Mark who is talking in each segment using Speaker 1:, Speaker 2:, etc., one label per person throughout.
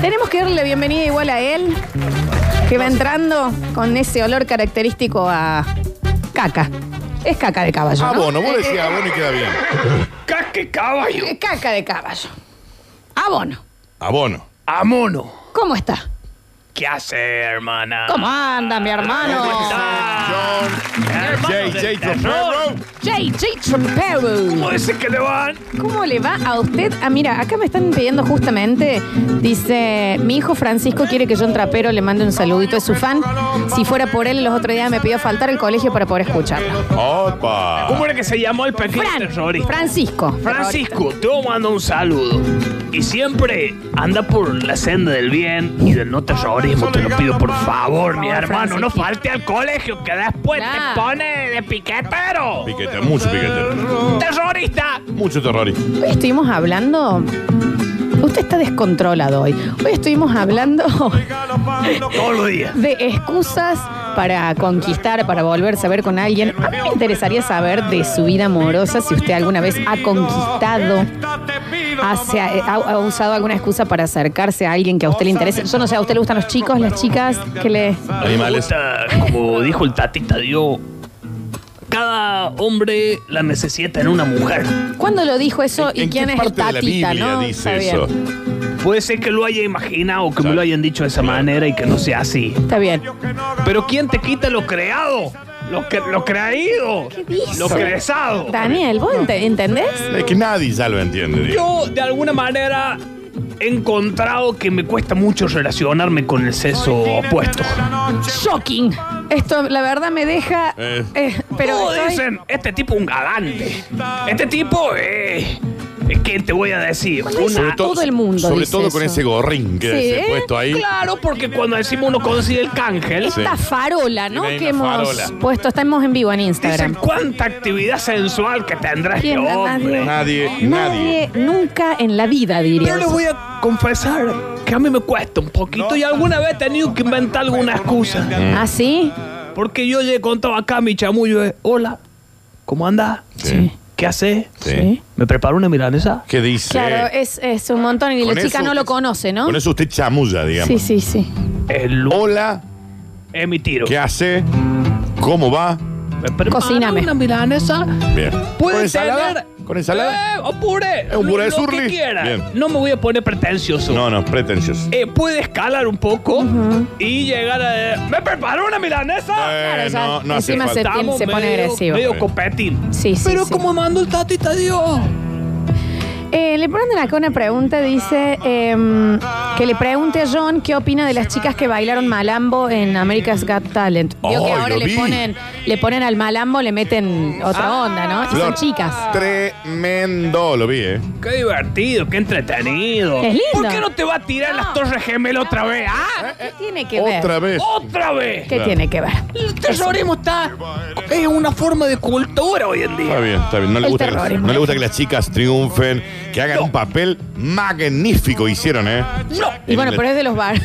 Speaker 1: Tenemos que darle la bienvenida igual a él, que va entrando con ese olor característico a caca. Es caca de caballo. ¿no?
Speaker 2: Abono, vos decís abono y queda bien.
Speaker 3: ¡Caque caballo!
Speaker 1: Eh, Caca de caballo. Abono.
Speaker 2: Abono.
Speaker 3: ¡A mono!
Speaker 1: ¿Cómo está?
Speaker 3: ¿Qué hace, hermana?
Speaker 1: ¿Cómo anda, mi
Speaker 3: ¿Cómo
Speaker 1: hermano?
Speaker 3: está? Hermano
Speaker 2: J.J.
Speaker 3: del
Speaker 2: from
Speaker 3: terror.
Speaker 2: Ferro.
Speaker 1: JJ from Peru.
Speaker 3: ¿Cómo dice que le van?
Speaker 1: ¿Cómo le va a usted? Ah, mira, acá me están pidiendo justamente, dice, mi hijo Francisco quiere que yo un trapero le mande un saludito, es su fan. Si fuera por él, los otros días me pidió faltar el colegio para poder escucharlo.
Speaker 2: Opa.
Speaker 3: ¿Cómo era que se llamó el pequeño
Speaker 1: Fran,
Speaker 3: terrorista?
Speaker 1: Francisco.
Speaker 3: Francisco, te mando un saludo. Y siempre anda por la senda del bien y del no terrorismo. Te lo pido por favor, mi
Speaker 1: favor,
Speaker 3: hermano. No
Speaker 1: Francisquito.
Speaker 3: falte al colegio, que después
Speaker 1: Claro.
Speaker 3: te pone de piquetero.
Speaker 2: Piquete, mucho piquete.
Speaker 3: ¡Terrorista!
Speaker 2: Mucho terrorista.
Speaker 1: Hoy estuvimos hablando. Usted está descontrolado hoy. Hoy estuvimos hablando
Speaker 3: Todos los días.
Speaker 1: de excusas para conquistar, para volverse a ver con alguien. A mí me interesaría saber de su vida amorosa si usted alguna vez ha conquistado, eh, ha, se ha- ha- ha usado alguna excusa para acercarse a alguien que a usted le interese. Yo no sé, ¿a usted le gustan los chicos, las chicas? que le.?
Speaker 2: Animales.
Speaker 3: Puta, Como dijo el tatita Dio, cada hombre la necesita en una mujer.
Speaker 1: ¿Cuándo lo dijo eso y
Speaker 2: ¿En
Speaker 1: quién
Speaker 2: qué
Speaker 1: es el
Speaker 2: parte de la
Speaker 1: tatita,
Speaker 2: Biblia
Speaker 1: no? Está
Speaker 2: dice
Speaker 1: bien.
Speaker 2: eso?
Speaker 3: Puede ser que lo haya imaginado, que me lo hayan dicho de esa manera y que no sea así.
Speaker 1: Está bien.
Speaker 3: Pero ¿quién te quita lo creado? Lo, que, lo creído. Lo crezado.
Speaker 1: Daniel, ¿vos ente- entendés?
Speaker 2: Es que nadie ya lo entiende. digo.
Speaker 3: Yo, de alguna manera, he encontrado que me cuesta mucho relacionarme con el sexo opuesto.
Speaker 1: Shocking. Esto, la verdad, me deja.
Speaker 2: Eh.
Speaker 1: eh, pero
Speaker 3: Todos
Speaker 1: estoy-
Speaker 3: dicen, este tipo un galante. Este tipo, eh. ¿Qué te voy a decir?
Speaker 1: dice
Speaker 3: Una-
Speaker 1: todo el mundo
Speaker 2: Sobre
Speaker 1: dice
Speaker 2: todo con
Speaker 1: eso.
Speaker 2: ese gorrín que
Speaker 1: Sí.
Speaker 2: se ha puesto ahí.
Speaker 3: Claro, porque cuando decimos uno consigue el cángel,
Speaker 2: Sí.
Speaker 1: Esta farola, ¿no?
Speaker 2: Tiene ahí
Speaker 1: Que hemos
Speaker 2: una farola.
Speaker 1: puesto. Estamos en vivo en
Speaker 3: dicen
Speaker 1: Instagram.
Speaker 3: cuánta actividad sensual que tendrá este
Speaker 1: ¿Quién?
Speaker 3: hombre.
Speaker 1: Nadie.
Speaker 2: Nadie, nadie.
Speaker 1: Nadie, nunca en la vida diría.
Speaker 3: Yo les
Speaker 1: eso.
Speaker 3: voy a confesar que a mí me cuesta un poquito y alguna vez he tenido que inventar alguna excusa.
Speaker 1: ¿Ah, sí?
Speaker 3: Porque yo le he contado acá a mi chamullo, eh, hola, ¿cómo andás?
Speaker 2: Sí.
Speaker 3: ¿Qué haces?
Speaker 2: Sí.
Speaker 1: Sí.
Speaker 3: ¿Me preparo una milanesa?
Speaker 2: ¿Qué dice?
Speaker 1: Claro, es, es un montón. Y la
Speaker 2: Con
Speaker 1: chica
Speaker 2: eso
Speaker 1: no lo
Speaker 2: usted-
Speaker 1: conoce, ¿no?
Speaker 2: Con eso usted chamulla, digamos.
Speaker 1: Sí, sí, sí.
Speaker 3: El lu-
Speaker 2: Hola,
Speaker 3: es mi tiro.
Speaker 2: ¿qué hace? ¿Cómo va?
Speaker 3: ¿Me preparo
Speaker 1: Cociname.
Speaker 3: una milanesa?
Speaker 2: Bien. ¿Con
Speaker 3: Puede
Speaker 2: ensalada?
Speaker 3: tener...
Speaker 2: ¿Con ensalada?
Speaker 3: Eh, o puré.
Speaker 2: Eh, un puré de
Speaker 3: lo, lo que
Speaker 2: surly.
Speaker 3: quiera.
Speaker 2: Bien.
Speaker 3: No me voy a poner pretencioso.
Speaker 2: No, no, pretencioso.
Speaker 3: eh, puede escalar un poco y llegar a. eh, ¿Me preparó una milanesa?
Speaker 2: Eh,
Speaker 1: Claro, ya
Speaker 2: no, no hace
Speaker 1: encima se-
Speaker 2: falta.
Speaker 1: se pone
Speaker 3: medio-
Speaker 1: agresivo.
Speaker 3: Medio copetín.
Speaker 1: Sí, sí,
Speaker 3: Pero
Speaker 1: sí.
Speaker 3: como mando el tatita Dios.
Speaker 1: Eh, le ponen acá una pregunta, dice em, que le pregunte a John qué opina de las chicas que bailaron malambo en America's Got Talent. Vio que
Speaker 2: Ay,
Speaker 1: ahora
Speaker 2: Oh, lo
Speaker 1: le
Speaker 2: vi.
Speaker 1: ponen, le ponen al malambo, le meten otra onda, ¿no? Y Ah, son
Speaker 2: Flor,
Speaker 1: chicas.
Speaker 2: Tremendo, lo vi, ¿eh?
Speaker 3: Qué divertido, qué entretenido.
Speaker 1: Es lindo.
Speaker 3: ¿Por qué no te va a tirar
Speaker 1: No.
Speaker 3: las torres gemelas otra vez? ¿Ah?
Speaker 1: ¿Qué tiene que ver?
Speaker 2: Eh,
Speaker 1: Oh.
Speaker 2: Otra vez.
Speaker 3: ¡Otra vez!
Speaker 1: ¿Qué
Speaker 2: Claro.
Speaker 1: tiene que ver?
Speaker 3: El terrorismo está. Es una forma de cultura hoy en
Speaker 2: Está
Speaker 3: día.
Speaker 2: bien, está bien. No le,
Speaker 1: El
Speaker 2: gusta que, las-
Speaker 1: terrorismo.
Speaker 2: no le gusta que las chicas triunfen, que hagan
Speaker 3: No.
Speaker 2: un papel magnífico, hicieron, ¿eh?
Speaker 3: No.
Speaker 1: Y bueno, pero es de los bar.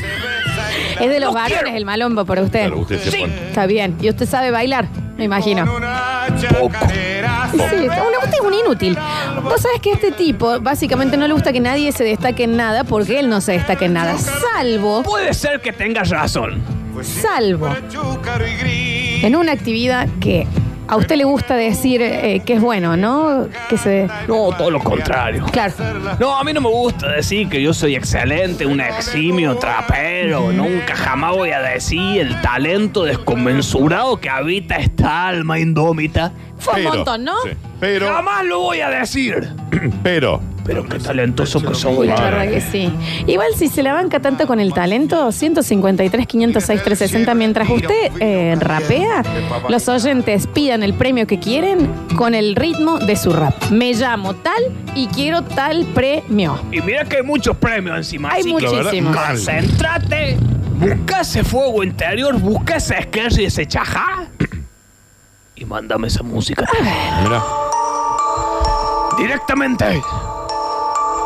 Speaker 1: es de los
Speaker 3: No
Speaker 1: varones
Speaker 3: quiero.
Speaker 1: el malombo para usted.
Speaker 2: Claro, usted se
Speaker 3: Sí.
Speaker 2: pone.
Speaker 1: Está bien. Y usted sabe bailar, me imagino.
Speaker 3: Poco.
Speaker 1: Sí, una- usted es un inútil. Vos sabés que este tipo básicamente no le gusta que nadie se destaque en nada porque él no se destaque en nada. Salvo,
Speaker 3: Puede ser que tengas razón.
Speaker 1: salvo en una actividad que a usted le gusta decir eh, que es bueno, ¿no? Que se.
Speaker 3: No, todo lo contrario.
Speaker 1: Claro.
Speaker 3: No, a mí no me gusta decir que yo soy excelente, un eximio trapero. Nunca jamás voy a decir el talento desconmensurado que habita esta alma indómita.
Speaker 1: Fue un
Speaker 2: Pero,
Speaker 1: montón, ¿no?
Speaker 2: sí. Pero,
Speaker 3: Jamás lo voy a decir.
Speaker 2: pero,
Speaker 3: Pero qué talentoso que
Speaker 1: Uy,
Speaker 3: soy.
Speaker 1: la verdad que sí. Igual si se la banca tanto con el talento, 153, 506, 360, mientras usted eh, rapea, los oyentes pidan el premio que quieren con el ritmo de su rap. Me llamo tal y quiero tal premio.
Speaker 3: Y mira que hay muchos premios encima.
Speaker 1: Hay
Speaker 3: así que
Speaker 2: la verdad,
Speaker 1: Muchísimo.
Speaker 2: mal.
Speaker 3: Concéntrate, busca ese fuego interior, busca ese sketch y ese chajá. Y mándame esa música.
Speaker 2: Mirá.
Speaker 3: Directamente.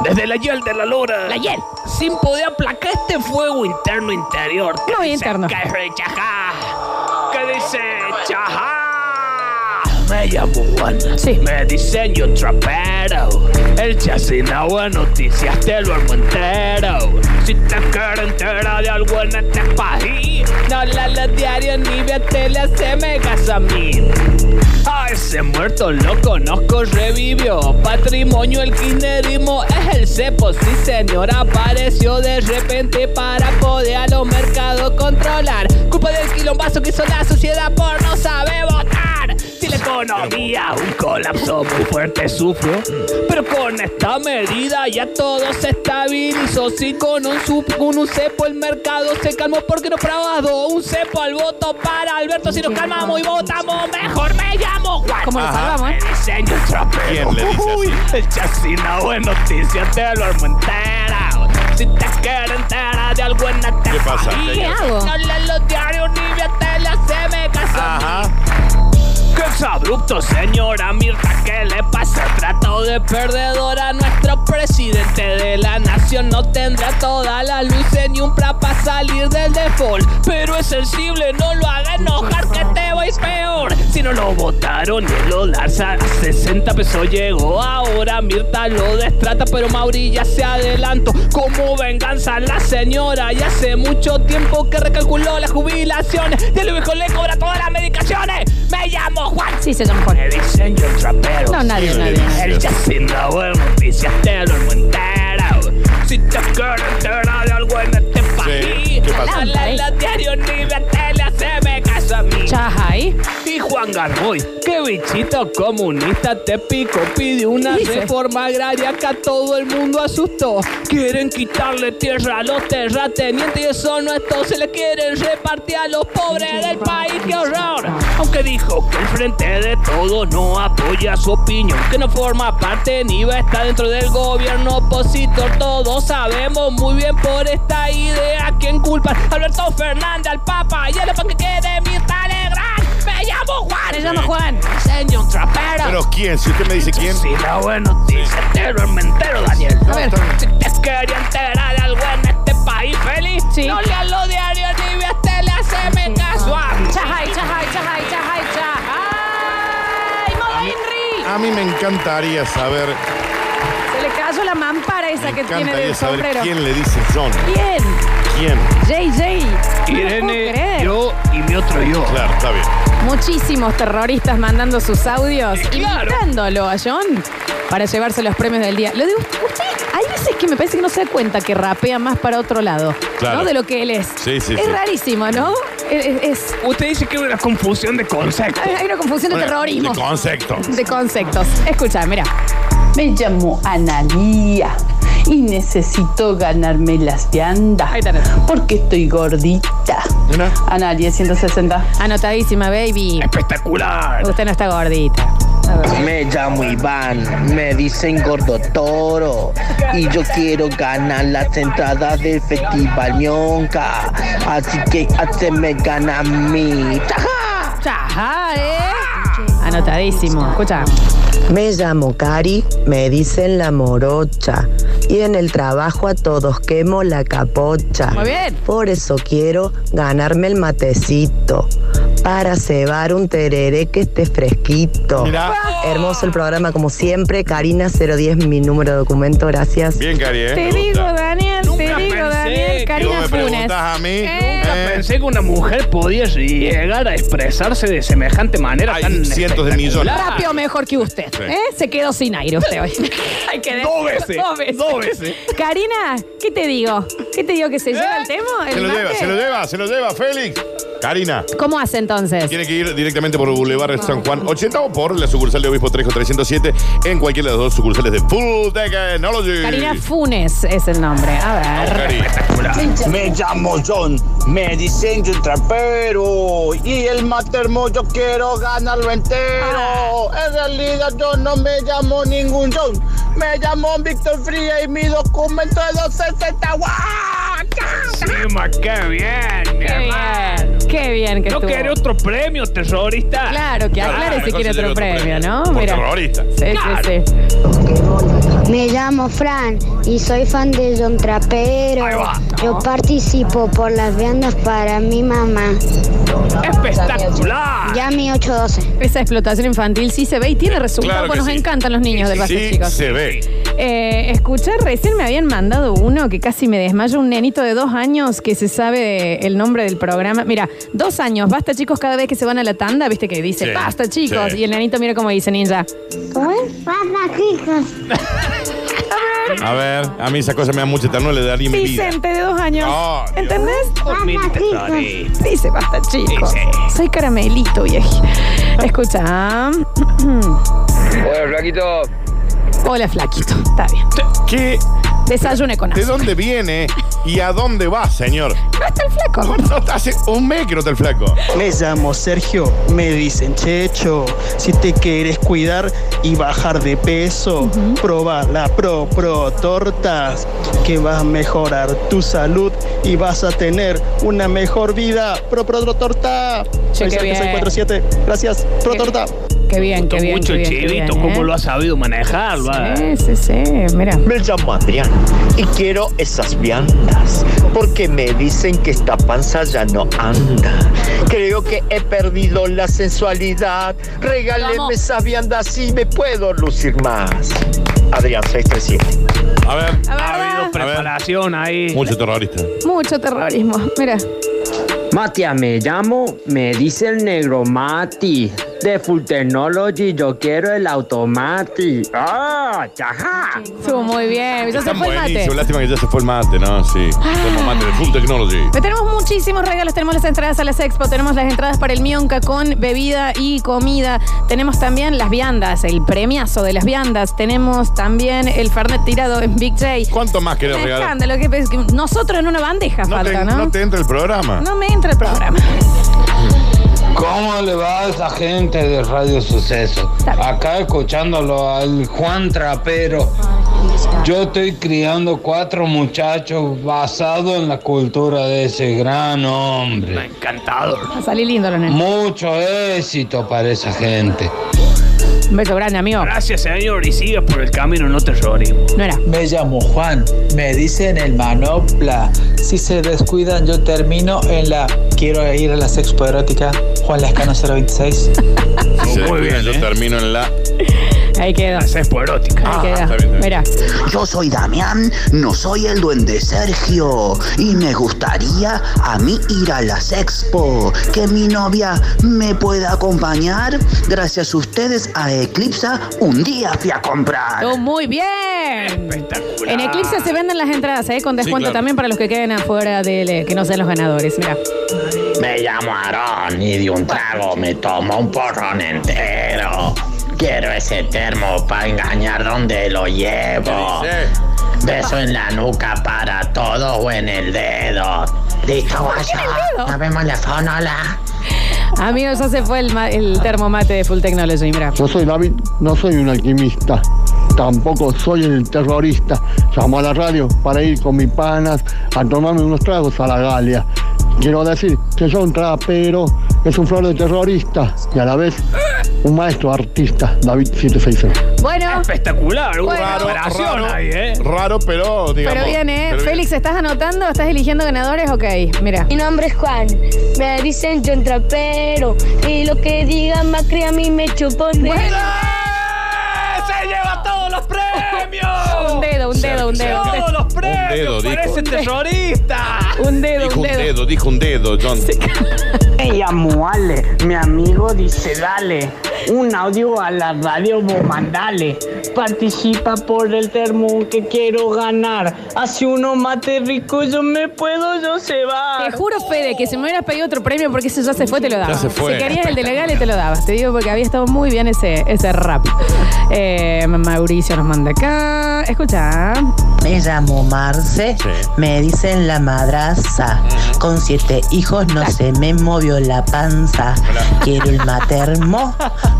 Speaker 3: Desde la hiel de la lora.
Speaker 1: La hiel.
Speaker 3: Sin poder aplacar este fuego interno interior. que
Speaker 1: Muy
Speaker 3: dice
Speaker 1: interno.
Speaker 3: Que es el chajá. Que dice chajá. me llamo Juan.
Speaker 1: Sí.
Speaker 3: Me diseño un trapero. El chasina o noticias te lo armo entero. Si te quieres enterar de algo en este país, no la la diario ni vea tele, se me casa a mí. A ese muerto lo conozco, revivió. Patrimonio, el kirchnerismo es el cepo. Sí, señor, apareció de repente para poder a los mercados controlar. Culpa del quilombazo que hizo la sociedad por no saber votar. Si la economía un colapso muy fuerte sufrió, pero con esta medida ya todo se estabilizó. Si con un, sub- con un cepo el mercado se calmó porque no probado un cepo al voto para Alberto. Si nos calmamos y votamos mejor, me llamo Juan.
Speaker 1: ¿Cómo lo
Speaker 2: Ajá.
Speaker 1: salvamos, eh?
Speaker 3: Me diseño el trapero.
Speaker 2: ¿Quién le dice así?
Speaker 3: Uy, el chasina o noticias te lo armo entera. Si te quieres enterar de algo en este
Speaker 2: ¿Qué pasa,
Speaker 3: país,
Speaker 1: señor? ¿Qué hago?
Speaker 3: No lees los diarios ni ves tele, se me casa.
Speaker 2: Ajá.
Speaker 3: ¡Qué exabrupto, señora Mirta! ¿Qué le pasa? Tratado de perdedora. Nuestro presidente de la nación no tendrá todas las luces ni un plan para salir del default. Pero es sensible, no lo haga enojar que te vais peor. Si no lo votaron, y el dólar sa- a 60 pesos llegó. Ahora Mirta lo destrata, pero Mauri ya se adelantó. Como venganza, la señora ya hace mucho tiempo que recalculó las jubilaciones. Y el viejo le cobra todas las medicaciones. Me llamo Juan.
Speaker 1: Sí, se llama Juan.
Speaker 3: Me dicen yo el trapero.
Speaker 1: No, nadie,
Speaker 2: Sí,
Speaker 1: nadie.
Speaker 2: le dice.
Speaker 3: El chasino es noticias, te lo armo entero. Si te quieres enterar de algo en este país,
Speaker 2: ¿qué pasa?
Speaker 3: no lees los diarios ni ve tele, haceme caso a mí.
Speaker 1: Chas ahí.
Speaker 3: Y Juan Garboy, qué bichito comunista te pico, pide una
Speaker 1: Dice.
Speaker 3: reforma agraria que a todo el mundo asustó. Quieren quitarle tierra a los terratenientes y eso no es todo, se le quieren repartir a los pobres del país, qué horror. Aunque dijo que el frente de todo no apoya su opinión, que no forma parte ni va a estar dentro del gobierno opositor, todos sabemos muy bien por esta idea quién culpa. Alberto Fernández, al Papa y a los que quiere mi Telegram. Me llamo Juan.
Speaker 1: Se llama Juan.
Speaker 3: Señor Trapero.
Speaker 2: Pero ¿quién? Si usted me dice quién.
Speaker 3: Si la buena noticia te lo me entero, Daniel.
Speaker 1: A ver.
Speaker 3: Si te quería enterar de algo en este país feliz,
Speaker 1: Sí.
Speaker 3: no leas los diarios ni veas tele, haceme caso a mí.
Speaker 1: Chajay, chajay, chajay, chajay, chajay. ¡Modo Inri!
Speaker 2: A mí me encantaría saber.
Speaker 1: Se le cayó la mampara
Speaker 2: Me
Speaker 1: esa que tiene
Speaker 2: encantaría
Speaker 1: del
Speaker 2: saber
Speaker 1: sombrero.
Speaker 2: quién le dice John.
Speaker 1: ¿Quién?
Speaker 2: ¿Quién?
Speaker 1: JJ. No lo puedo
Speaker 3: Irene,
Speaker 1: creer.
Speaker 3: yo y mi otro yo.
Speaker 2: Claro, está bien.
Speaker 1: Muchísimos terroristas mandando sus audios
Speaker 3: Y
Speaker 1: y
Speaker 3: claro.
Speaker 1: invitándolo a John para llevarse los premios del día. Lo de usted, usted, hay veces que me parece que no se da cuenta que rapea más para otro lado,
Speaker 2: Claro.
Speaker 1: ¿no? De lo que él es.
Speaker 2: Sí, sí,
Speaker 1: es
Speaker 2: sí.
Speaker 1: rarísimo, ¿no? Es, es-
Speaker 3: Usted dice que es una confusión de conceptos.
Speaker 1: hay una confusión de
Speaker 2: Bueno,
Speaker 1: terrorismo,
Speaker 2: De concepto.
Speaker 1: de conceptos. Escucha, mira.
Speaker 4: Me llamo Analía y necesito ganarme las viandas
Speaker 1: Ahí tenés.
Speaker 4: porque estoy gordita.
Speaker 2: Mira.
Speaker 4: Analía 160.
Speaker 1: Anotadísima, baby.
Speaker 3: Espectacular.
Speaker 1: Usted no está gordita. A ver.
Speaker 5: Me llamo Iván, me dicen Gordo Toro y yo quiero ganar las entradas del Festival Mionca, así que haceme ganar mi.
Speaker 1: Chajá, ¿eh? Anotadísimo. Escucha.
Speaker 6: Me llamo Cari, me dicen la morocha. Y en el trabajo a todos quemo la capocha.
Speaker 1: Muy bien.
Speaker 6: Por eso quiero ganarme el matecito. Para cebar un tereré que esté fresquito.
Speaker 2: Mira.
Speaker 6: Hermoso el programa, como siempre. Karina 010, mi número de documento, gracias.
Speaker 2: Bien, Cari, ¿eh? Me
Speaker 1: Te
Speaker 2: gusta.
Speaker 1: digo, Daniel, te
Speaker 3: Nunca
Speaker 1: digo,
Speaker 3: pensé
Speaker 1: Daniel,
Speaker 3: que
Speaker 2: Y vos
Speaker 1: Karina
Speaker 2: me
Speaker 1: Funes.
Speaker 2: preguntás a mí.
Speaker 1: Eh.
Speaker 2: eh,
Speaker 3: Pensé que una mujer podía llegar a expresarse de semejante manera
Speaker 2: Hay
Speaker 3: tan
Speaker 2: cientos de millones.
Speaker 3: espectacular.
Speaker 1: Rápido mejor que usted.
Speaker 2: Ah. Sí.
Speaker 1: ¿eh? Se quedó sin aire usted hoy. Hay que
Speaker 3: Dos
Speaker 1: decirlo,
Speaker 3: veces, dos veces.
Speaker 1: Karina, ¿qué te digo? ¿Qué te digo que se lleva el tema?
Speaker 2: Eh, Se
Speaker 1: el
Speaker 2: lo lleva,
Speaker 1: mate?
Speaker 2: se lo lleva, se lo lleva, Félix. Karina.
Speaker 1: ¿Cómo hace entonces?
Speaker 2: Tiene que ir directamente por Boulevard San Juan 80 o por la sucursal de Obispo Trejo 307 en cualquiera de las dos sucursales de Full Technology.
Speaker 1: Karina Funes es el nombre. A
Speaker 2: Vamos,
Speaker 1: ver.
Speaker 2: Cari.
Speaker 5: Me llamo John, me dicen yo trapero y el matermo yo quiero ganarlo entero. En realidad yo no me llamo ningún John, me llamo Víctor Fría y mi documento es 260. ¡Guau!
Speaker 3: Encima, qué bien,
Speaker 1: Qué
Speaker 3: hermano.
Speaker 1: bien. Qué Qué bien que
Speaker 3: No
Speaker 1: estuvo.
Speaker 3: quiere otro premio, terrorista.
Speaker 1: Claro, que aclare si
Speaker 2: mejor
Speaker 1: quiere
Speaker 2: se
Speaker 1: otro
Speaker 2: lleve
Speaker 1: premio, ¿no?
Speaker 2: Por
Speaker 1: Mira.
Speaker 2: terrorista.
Speaker 1: Sí, sí, sí.
Speaker 7: Me llamo Fran y soy fan de John Trapero.
Speaker 3: Ahí va.
Speaker 7: Yo participo por las viandas para mi mamá.
Speaker 3: Espectacular.
Speaker 7: Yami 812.
Speaker 1: Esa explotación infantil sí se ve y tiene resultado,
Speaker 2: Claro
Speaker 1: porque
Speaker 2: que
Speaker 1: nos
Speaker 2: sí.
Speaker 1: encantan los niños del básquet,
Speaker 2: Sí,
Speaker 1: chicos.
Speaker 2: se ve.
Speaker 1: Eh, escuché, recién me habían mandado uno que casi me desmayo, un nenito de dos años que se sabe el nombre del programa. Mira, dos años, basta chicos, cada vez que se van a la tanda, viste que dice,
Speaker 2: Sí,
Speaker 1: basta chicos.
Speaker 2: sí.
Speaker 1: Y el nenito mira cómo dice, ninja.
Speaker 7: ¿Cómo es? chicos.
Speaker 2: A ver, a mí esa cosa me da mucha ternura, le daría mi vida.
Speaker 1: Vicente de dos años.
Speaker 2: Oh, Dios.
Speaker 1: ¿Entendés?
Speaker 3: Mire, terrorista.
Speaker 1: Dice, basta chicos.
Speaker 3: Sí,
Speaker 1: Soy caramelito, viejo. Escucha.
Speaker 8: Bueno, Flaquito,
Speaker 1: Hola, flaquito. Está bien.
Speaker 2: ¿Qué?
Speaker 1: Desayune con
Speaker 2: ¿De
Speaker 1: azúcar.
Speaker 2: dónde viene y a dónde va, señor?
Speaker 1: No está el flaco.
Speaker 2: No, hace un mes que no está el flaco.
Speaker 9: Me llamo Sergio, me dicen Checho, si te quieres cuidar y bajar de peso, proba la Pro Pro Tortas, que va a mejorar tu salud y vas a tener una mejor vida. Pro Pro Torta.
Speaker 1: Che,
Speaker 9: Soy
Speaker 1: qué
Speaker 9: Sergio
Speaker 1: bien.
Speaker 9: 647. Gracias, Pro
Speaker 1: Qué-
Speaker 9: Torta.
Speaker 1: Qué bien, qué bien.
Speaker 3: mucho
Speaker 1: qué bien, qué
Speaker 3: chivito,
Speaker 1: bien,
Speaker 3: cómo
Speaker 1: ¿eh?
Speaker 3: lo ha sabido manejar, va.
Speaker 1: Sí, sí, sí. Mira.
Speaker 10: Me llamo Adrián y quiero esas viandas porque me dicen que esta panza ya no anda. Creo que he perdido la sensualidad.
Speaker 1: Vamos.
Speaker 10: Regáleme esas viandas y me puedo lucir más. Adrián 637.
Speaker 2: A ver,
Speaker 1: La
Speaker 3: Ha
Speaker 1: verdad,
Speaker 3: habido preparación ahí.
Speaker 2: mucho terrorista.
Speaker 1: mucho terrorismo. Mira.
Speaker 11: Matia, me llamo, me dice el negro Mati. De Full Technology, yo quiero el automati. ¡Ah! ¡Chaja!
Speaker 1: Estuvo muy bien. Ya se
Speaker 2: Están
Speaker 1: fue el mate.
Speaker 2: buenísimos. Lástima que ya se fue el mate, ¿no? Sí. Tenemos mate de Full Technology.
Speaker 1: Pero Tenemos muchísimos regalos, tenemos las entradas a las expo, tenemos las entradas para el Mionca con bebida y comida, tenemos también las viandas, el premiazo de las viandas, tenemos también el Fernet tirado en Big J.
Speaker 2: ¿Cuánto más querés
Speaker 1: Un
Speaker 2: regalar?
Speaker 1: escándalo, que, que nosotros en una bandeja
Speaker 2: No te,
Speaker 1: falta, ¿no?
Speaker 2: no te entra el programa.
Speaker 1: No me entra el programa.
Speaker 5: ¿Cómo le va a esa gente de Radio Suceso? Acá escuchándolo al Juan Trapero. Yo estoy criando cuatro muchachos basado en la cultura de ese gran hombre.
Speaker 3: Encantador.
Speaker 1: Va a salir lindo, los nenes.
Speaker 5: Mucho éxito para esa gente.
Speaker 1: Un beso grande, amigo.
Speaker 3: Gracias, señor, y sigas por el camino, no terrorismo.
Speaker 1: No era.
Speaker 9: Me llamo Juan, me dicen el manopla. Si se descuidan, yo termino en la. Quiero ir a la sexpo erótica. Juan Lascano 026.
Speaker 2: Sí,
Speaker 3: Muy bien,
Speaker 2: Yo
Speaker 3: ¿eh?
Speaker 2: termino en la.
Speaker 1: Ahí quedó.
Speaker 3: Esa es poerótica.
Speaker 1: Ahí quedó.
Speaker 2: Ah, está bien, está bien.
Speaker 1: Mira.
Speaker 10: Yo soy Damián, no soy el duende Sergio y me gustaría a mí ir a las expo, que mi novia me pueda acompañar. Gracias a ustedes a Eclipsa un día fui a comprar.
Speaker 1: Estuvo muy bien.
Speaker 3: Espectacular.
Speaker 1: En Eclipse se venden las entradas, ¿eh? Con descuento
Speaker 2: claro.
Speaker 1: también para los que queden afuera de que no sean los ganadores. Mira.
Speaker 10: Me llamo Aarón y de un trago me tomo un porrón entero. Quiero ese termo para engañar donde lo llevo. Beso en la nuca para todo o en el dedo. Listo, guayo.
Speaker 1: dedo?
Speaker 10: Nos vemos en la fonola.
Speaker 1: Amigo, ya se fue el, ma- el termomate de Full Technology, mira.
Speaker 9: Yo soy David, no soy un alquimista. Tampoco soy el terrorista. Llamo a la radio para ir con mis panas a tomarme unos tragos a la Galia. Quiero decir que soy un trapero, es un flor de terrorista y a la vez un maestro artista, David 760.
Speaker 1: Bueno,
Speaker 3: Espectacular. Hubo
Speaker 1: Bueno.
Speaker 3: preparación ahí, ¿eh?
Speaker 2: Raro, pero digamos.
Speaker 1: pero bien, ¿eh?
Speaker 2: pero bien.
Speaker 1: Félix, ¿estás anotando? ¿Estás eligiendo ganadores? Ok, mira.
Speaker 7: Mi nombre es Juan. Me dicen John Trapero. Y lo que diga Macri a mí me chupó un dedo.
Speaker 3: ¡Eh! ¡Se lleva todos los premios!
Speaker 1: Un dedo, un dedo, un dedo. un
Speaker 3: ¡Todos
Speaker 1: dedo.
Speaker 3: los
Speaker 2: Un dedo,
Speaker 3: premios!
Speaker 2: dijo.
Speaker 3: ¡Parece terrorista!
Speaker 1: Un dedo,
Speaker 2: Dijo
Speaker 1: un
Speaker 2: un
Speaker 1: dedo.
Speaker 2: dedo, dijo un dedo, John.
Speaker 9: Me llamo Ale, mi amigo dice dale, un audio a la radio vos mandale, participa por el termo que quiero ganar, así uno mate rico yo me puedo yo se va.
Speaker 1: Te juro, Fede, que si me hubieras pedido otro premio, porque ese ya se fue, te lo daba.
Speaker 2: Ya se fue.
Speaker 1: Si querías el de legal, te lo daba. Te digo porque había estado muy bien ese, ese rap. Eh, Mauricio nos manda acá. Escucha. ¿eh?
Speaker 6: Me llamo Marce,
Speaker 2: Sí.
Speaker 6: me dicen la madraza. Con siete hijos no se me movió la panza. Quiero el matermo.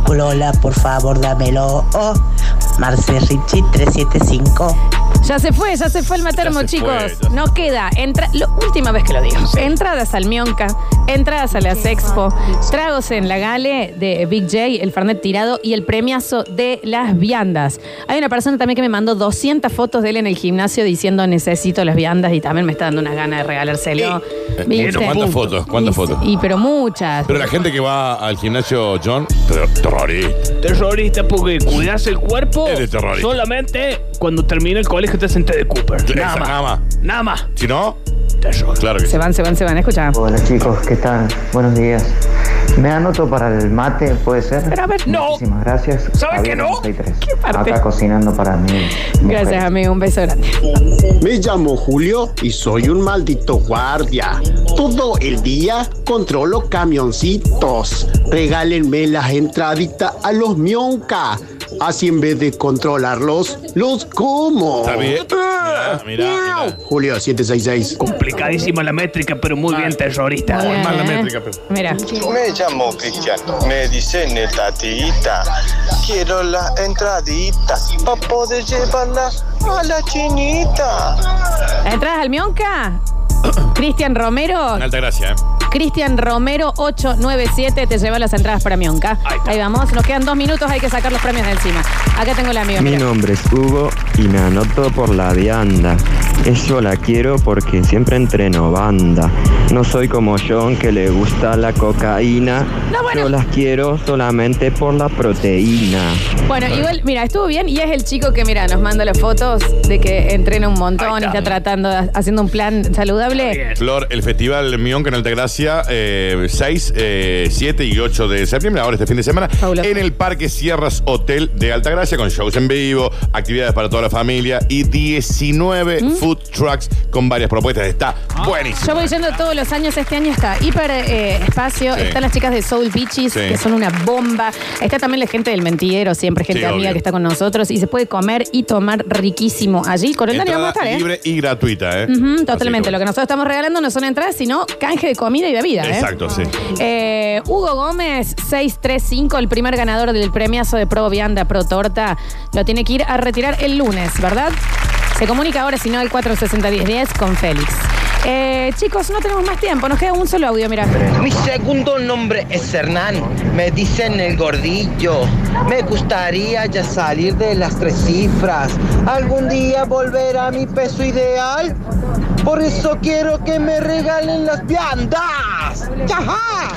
Speaker 6: Oh, Lola, por favor, dámelo. Marce Richie 375.
Speaker 1: Ya se fue, ya se fue el matermo,
Speaker 2: Ya se
Speaker 1: chicos.
Speaker 2: fue, ya se
Speaker 1: no queda. Entra, lo- última vez que lo digo. Entradas al Mionca, entradas a las Expo, tragos en la Gale de Big J, el Fernet tirado y el premiazo de las viandas. Hay una persona también que me mandó 200 fotos de él en el gimnasio diciendo necesito las viandas y también me está dando unas ganas de regalárselo. ¿Viste?
Speaker 2: Eh, Bueno, ¿Cuántas fotos? ¿Cuántas fotos?
Speaker 1: Y pero muchas.
Speaker 2: Pero la gente que va al gimnasio, John, ter- terrorista.
Speaker 3: Terrorista porque cuidas el cuerpo
Speaker 2: Eres terrorista.
Speaker 3: solamente cuando termina el colegio te senté de Cooper. Nada
Speaker 2: Esa,
Speaker 3: más.
Speaker 2: nada más.
Speaker 3: Nada más.
Speaker 2: Si no, claro que sí.
Speaker 1: Se van, se van, se van. Escucha.
Speaker 12: Hola chicos, ¿qué tal? Buenos días. Me anoto para el mate, ¿puede ser?
Speaker 1: Pero a ver, no.
Speaker 12: Muchísimas gracias.
Speaker 1: ¿Sabe que no? parte?
Speaker 12: Acá cocinando para mí.
Speaker 1: Gracias, amigo. Un beso grande.
Speaker 9: Me llamo Julio y soy un maldito guardia. Todo el día controlo camioncitos. Regálenme las entraditas a los mionca. Así en vez de controlarlos, los como.
Speaker 2: Está bien. Mirá, mirá, mirá.
Speaker 9: Julio 766.
Speaker 3: Complicadísima la métrica, pero muy bien terrorista.
Speaker 1: Muy bien, Mal la ¿eh? métrica, Mira.
Speaker 10: Me llamo Cristiano, me dicen el tatita. Quiero las entraditas para poder llevarlas a la chinita.
Speaker 1: Entradas al Mionca. Cristian Romero,
Speaker 2: En alta gracia, ¿eh?
Speaker 1: Cristian Romero 897 te lleva las entradas para Mionca. Ahí, vamos, nos quedan dos minutos, hay que sacar los premios de encima. Acá tengo la mía.
Speaker 6: Mi
Speaker 1: mira.
Speaker 6: nombre es Hugo y me anoto por la vianda. Eso la quiero porque siempre entreno banda. No soy como John que le gusta la cocaína. Yo las quiero solamente por la proteína.
Speaker 1: Bueno, igual, mira, estuvo bien y es el chico que, mira, nos manda las fotos de que entrena un montón y está tratando, de- haciendo un plan saludable.
Speaker 2: Flor, el Festival Mionca en Altagracia, eh, 6, eh, 7 y 8 de septiembre, ahora este fin de semana, en el Parque Sierras Hotel de Altagracia, con shows en vivo, actividades para toda la familia y 19 food trucks con varias propuestas. Está buenísimo.
Speaker 1: Mm. Ah. Yo voy yendo todos los años, este año está Hiper eh, Espacio,
Speaker 2: Sí.
Speaker 1: están las chicas de Soul Beaches,
Speaker 2: Sí.
Speaker 1: que son una bomba, está también la gente del mentidero, siempre gente
Speaker 2: Sí,
Speaker 1: amiga
Speaker 2: obvio.
Speaker 1: que está con nosotros y se puede comer y tomar riquísimo allí. Con el Dani vamos a
Speaker 2: Entrada
Speaker 1: estar, ¿eh?
Speaker 2: libre y gratuita, ¿eh?
Speaker 1: Ujú,
Speaker 2: Así
Speaker 1: totalmente.
Speaker 2: que
Speaker 1: Lo que nosotros estamos regalando no son entradas, sino canje de comida y bebida. ¿eh?
Speaker 2: Exacto, sí.
Speaker 1: Eh, Hugo Gómez, 635, el primer ganador del premiazo de Pro Vianda, Pro Torta, lo tiene que ir a retirar el lunes, ¿verdad? Se comunica ahora, si no, al 460-1010 con Félix. Eh, chicos, no tenemos más tiempo, nos queda un solo audio, mira.
Speaker 13: Mi segundo nombre es Hernán, me dicen el gordillo. Me gustaría ya salir de las tres cifras, algún día volver a mi peso ideal. Por eso quiero que me regalen las viandas. ¡Chajá!